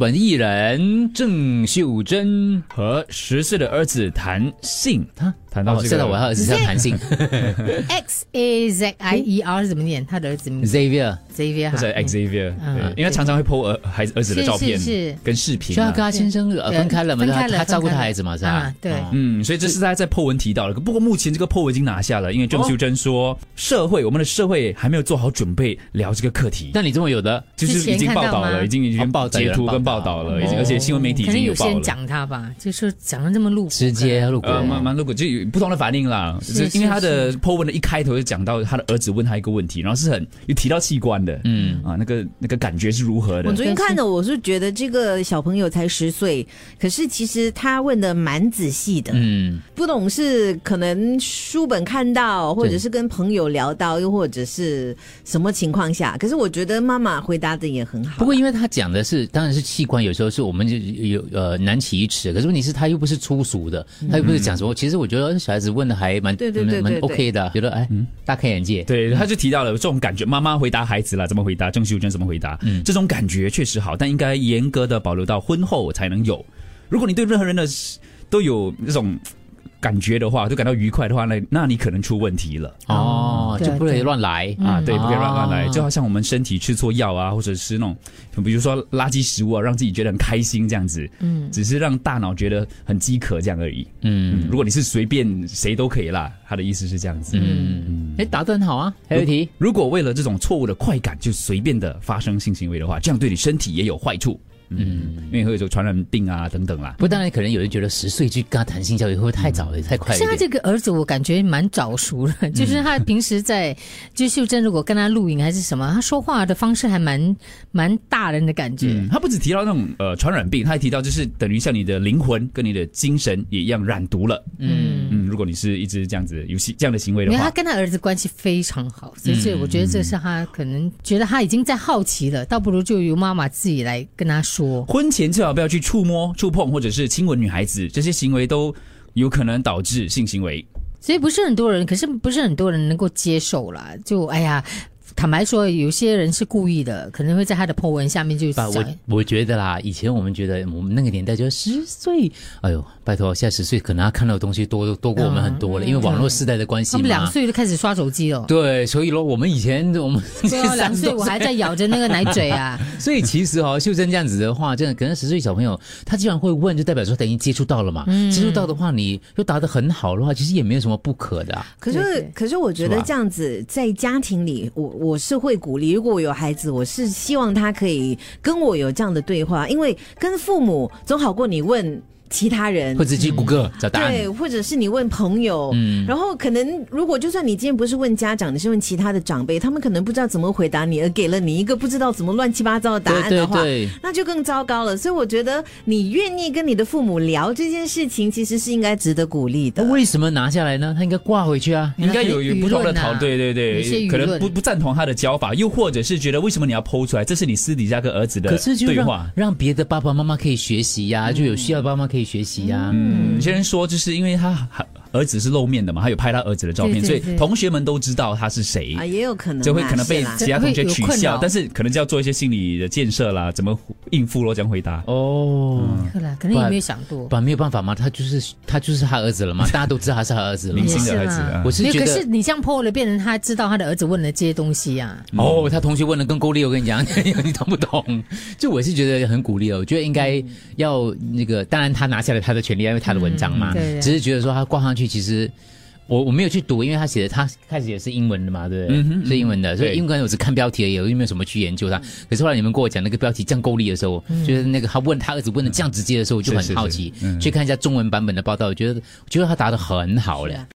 文艺人郑秀珍和十四的儿子谭信，他谈到哦，这现在个，我还有只像谭 信 X A Z I E R 是怎么念？他的儿子名字 Xavier， Xavier 或哈者嗯 Xavier，嗯对因为他常常会 po 儿孩子儿子的是照片是是跟视频所以他啊跟。他先生呃对分开了嘛，分他开了他照顾分他开了孩子嘛，是吧啊？对哦嗯，所以这是他在 po 文提到了，不过目前这个 po 文已经拿下了，因为郑秀珍说、社会我们的社会还没有做好准备聊这个课题，但你这么有的，就是已经报道之前看到了，吗已经已经哦报道截图有人跟报报道道了，已经哦而且新闻媒体已可能经有报些人了。讲他吧，就说讲的这么露骨，直接路过呃，蛮蛮露骨，就有不同的反应啦。是就是因为他的是 po 文的一开头就讲到他的儿子问他一个问题，然后是很有提到器官的，嗯啊，那个那个感觉是如何我的？昨天看的，我是觉得这个小朋友才十岁，可是其实他问的蛮仔细的。嗯，不懂是可能书本看到，或者是跟朋友聊到，又或者是什么情况下。可是我觉得妈妈回答的也很好。不过因为他讲的是，当然是器官，有时候是我们就有呃难其一尺，可是问题是他又不是粗俗的，他又不是讲什么。其实我觉得小孩子问的还蛮对对对对蛮蛮对 OK 的，觉得哎嗯大开眼界。对，他就提到了这种感觉，妈妈回答孩子啦，怎么回答？郑秀珍怎么回答？嗯这种感觉确实好，但应该严格的保留到婚后才能有。如果你对任何人的都有这种感觉的话，都感到愉快的话，那那你可能出问题了。哦，对就不能对乱来啊，对，不可以乱乱来，哦就好像我们身体吃错药啊，或者是那种，比如说垃圾食物啊，让自己觉得很开心这样子，嗯，只是让大脑觉得很饥渴这样而已。嗯嗯，如果你是随便谁都可以啦，他的意思是这样子。嗯，哎，答得很好啊。还有一题，如果为了这种错误的快感就随便的发生性行为的话，这样对你身体也有坏处。嗯，因为会有传染病啊等等啦。不，当然可能有人觉得十岁去跟他谈性教育会不会太早了，太快了一是点？他这个儿子，我感觉蛮早熟嗯的，就是他平时在， 就秀珍如果跟他录影还是什么，他说话的方式还蛮蛮大人的感觉。嗯，他不只提到那种呃传染病，他还提到就是等于像你的灵魂跟你的精神也一样染毒了。嗯，嗯，如果你是一直这样子有戏这样的行为因的为话他，跟他儿子关系非常好，所以这我觉得这是他可能觉得他已经在好奇了，倒不如就由妈妈自己来跟他说。婚前最好不要去触摸、触碰或者是亲吻女孩子，这些行为都有可能导致性行为。所以不是很多人，可是不是很多人能够接受啦。就哎呀，坦白说，有些人是故意的，可能会在他的 po 文下嗯面就吧，讲我我觉得啦，以前我们觉得我们那个年代觉得十岁，哎呦，拜托，现在十岁可能他看到的东西多多过我们很多了，因为网络时代的关系嗯他们两嘛。岁就开始刷手机了。对，所以咯，我们以前我们 对啊，两岁我还在咬着那个奶嘴啊。所以其实哦，秀珍这样子的话，真的可能十岁小朋友他既然会问，就代表说他已经接触到了嘛。嗯接触到的话，你又答得很好的话，其实也没有什么不可的、啊。可对是对，可是我觉是得吧这样子在家庭里，我我是会鼓励，如果我有孩子，我是希望他可以跟我有这样的对话，因为跟父母总好过你问其他人嗯或。者去谷歌找答案。对，或者是你问朋友，然后可能如果就算你今天不是问家长，你是问其他的长辈，他们可能不知道怎么回答你，而给了你一个不知道怎么乱七八糟的答案的对对话，对，那就更糟糕了。所以我觉得你愿意跟你的父母聊这件事情，其实是应该值得鼓励的那。为什么拿下来呢？他应该挂回去啊。应该有有不同的讨，舆论啊对对有一些对，舆可能论不不赞同他的教法，又或者是觉得为什么你要剖出来？这是你私底下跟儿子的可是就对让话。让别的爸爸妈妈可以学习呀、就有需要的爸妈可以学习呀、嗯，有些人说就是因为他儿子是露面的嘛，他有拍他儿子的照片，对对哎所以对同学们都知道他是谁。啊，也有可能啦，就会可能被是啦其他同学取会有困笑扰，但是可能就要做一些心理的建设啦，怎么应付咯，这样回答。哦， 嗯对啦，可能也没有想过。爸没有办法嘛，他就是他就是他儿子 了嘛，大家都知道他是他儿子了明嘛。星的也是儿子啦啊我，是没有，觉可得是你这样 PO 了，变成他知道他的儿子问了这些东西呀、啊。哦，他同学问的更够力，我跟你讲， 你懂不懂？就我是觉得很鼓励哦，我觉得应该要那个，当然他拿下了他的权利，因为他的文章嘛，嗯对只是觉得说他挂上去，其实我我没有去读，因为他写的他开始也是英文的嘛，对不对？是英文的，所以对英文我只看标题而已，我又没有什么去研究它。可是后来你们跟我讲那个标题这样够力的时候，就是那个他问他儿子问的这样直接的时候，我就很好奇是是是嗯去看一下中文版本的报道，我觉得我觉得他答的很好嘞。